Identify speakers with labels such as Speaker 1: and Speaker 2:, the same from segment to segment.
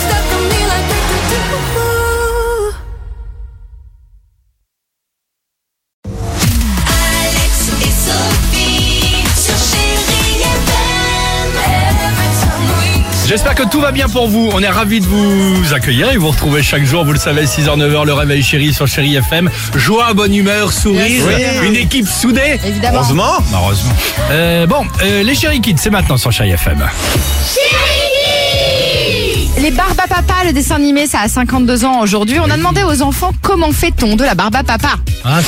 Speaker 1: stuck on me like we could do. Alex et Sophie sur Chérie FM. Every time we
Speaker 2: J'espère que tout va bien pour vous. On est ravis de vous accueillir et vous retrouver chaque jour, vous le savez, 6h, 9h, le réveil chéri sur Chéri FM. Joie, bonne humeur, sourire, une équipe soudée.
Speaker 3: Évidemment.
Speaker 2: Heureusement. Heureusement. Euh, bon, euh, les Chéri Kids, c'est maintenant sur Chéri FM.
Speaker 3: Les barbes à papa, le dessin animé, ça a 52 ans aujourd'hui. On a demandé aux enfants comment fait-on de la barbe à papa.
Speaker 2: Hein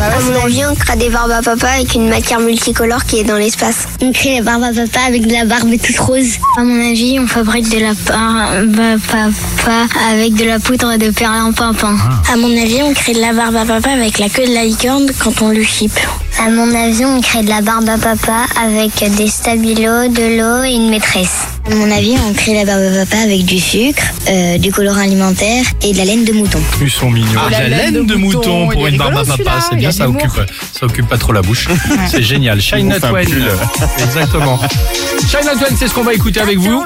Speaker 4: À mon avis, on crée des barbes à papa avec une matière multicolore qui est dans l'espace. On crée la barbe à papa avec de la barbe toute rose. À mon avis, on fabrique de la barbe à papa avec de la poudre de perlimpinpin. À mon avis, on crée de la barbe à papa avec la queue de la licorne quand on le chipe. À mon avis, on crée de la barbe à papa avec des stabilos, de l'eau et une maîtresse. À mon avis, on crée la barbe à papa avec du sucre, euh, du colorant alimentaire et de la laine de mouton.
Speaker 2: Ils sont mignons.
Speaker 3: Ah,
Speaker 2: la, laine de, mouton
Speaker 3: il
Speaker 2: pour
Speaker 3: est
Speaker 2: une barbe à
Speaker 3: rigolo, celui-là.
Speaker 2: papa, c'est
Speaker 3: Il
Speaker 2: bien,
Speaker 3: a
Speaker 2: ça
Speaker 3: de l'humour.
Speaker 2: occupe, ça occupe pas trop la bouche. c'est génial. Shine Not When. Exactement. Shine Not When, c'est ce qu'on va écouter avec vous.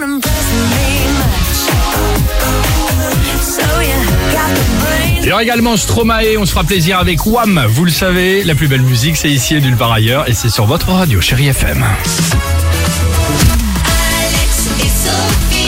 Speaker 2: Il y aura également Stromae, on se fera plaisir avec Wham. Vous le savez, la plus belle musique, c'est ici et nulle part ailleurs, et c'est sur votre radio, chérie FM.
Speaker 1: Alex et Sophie.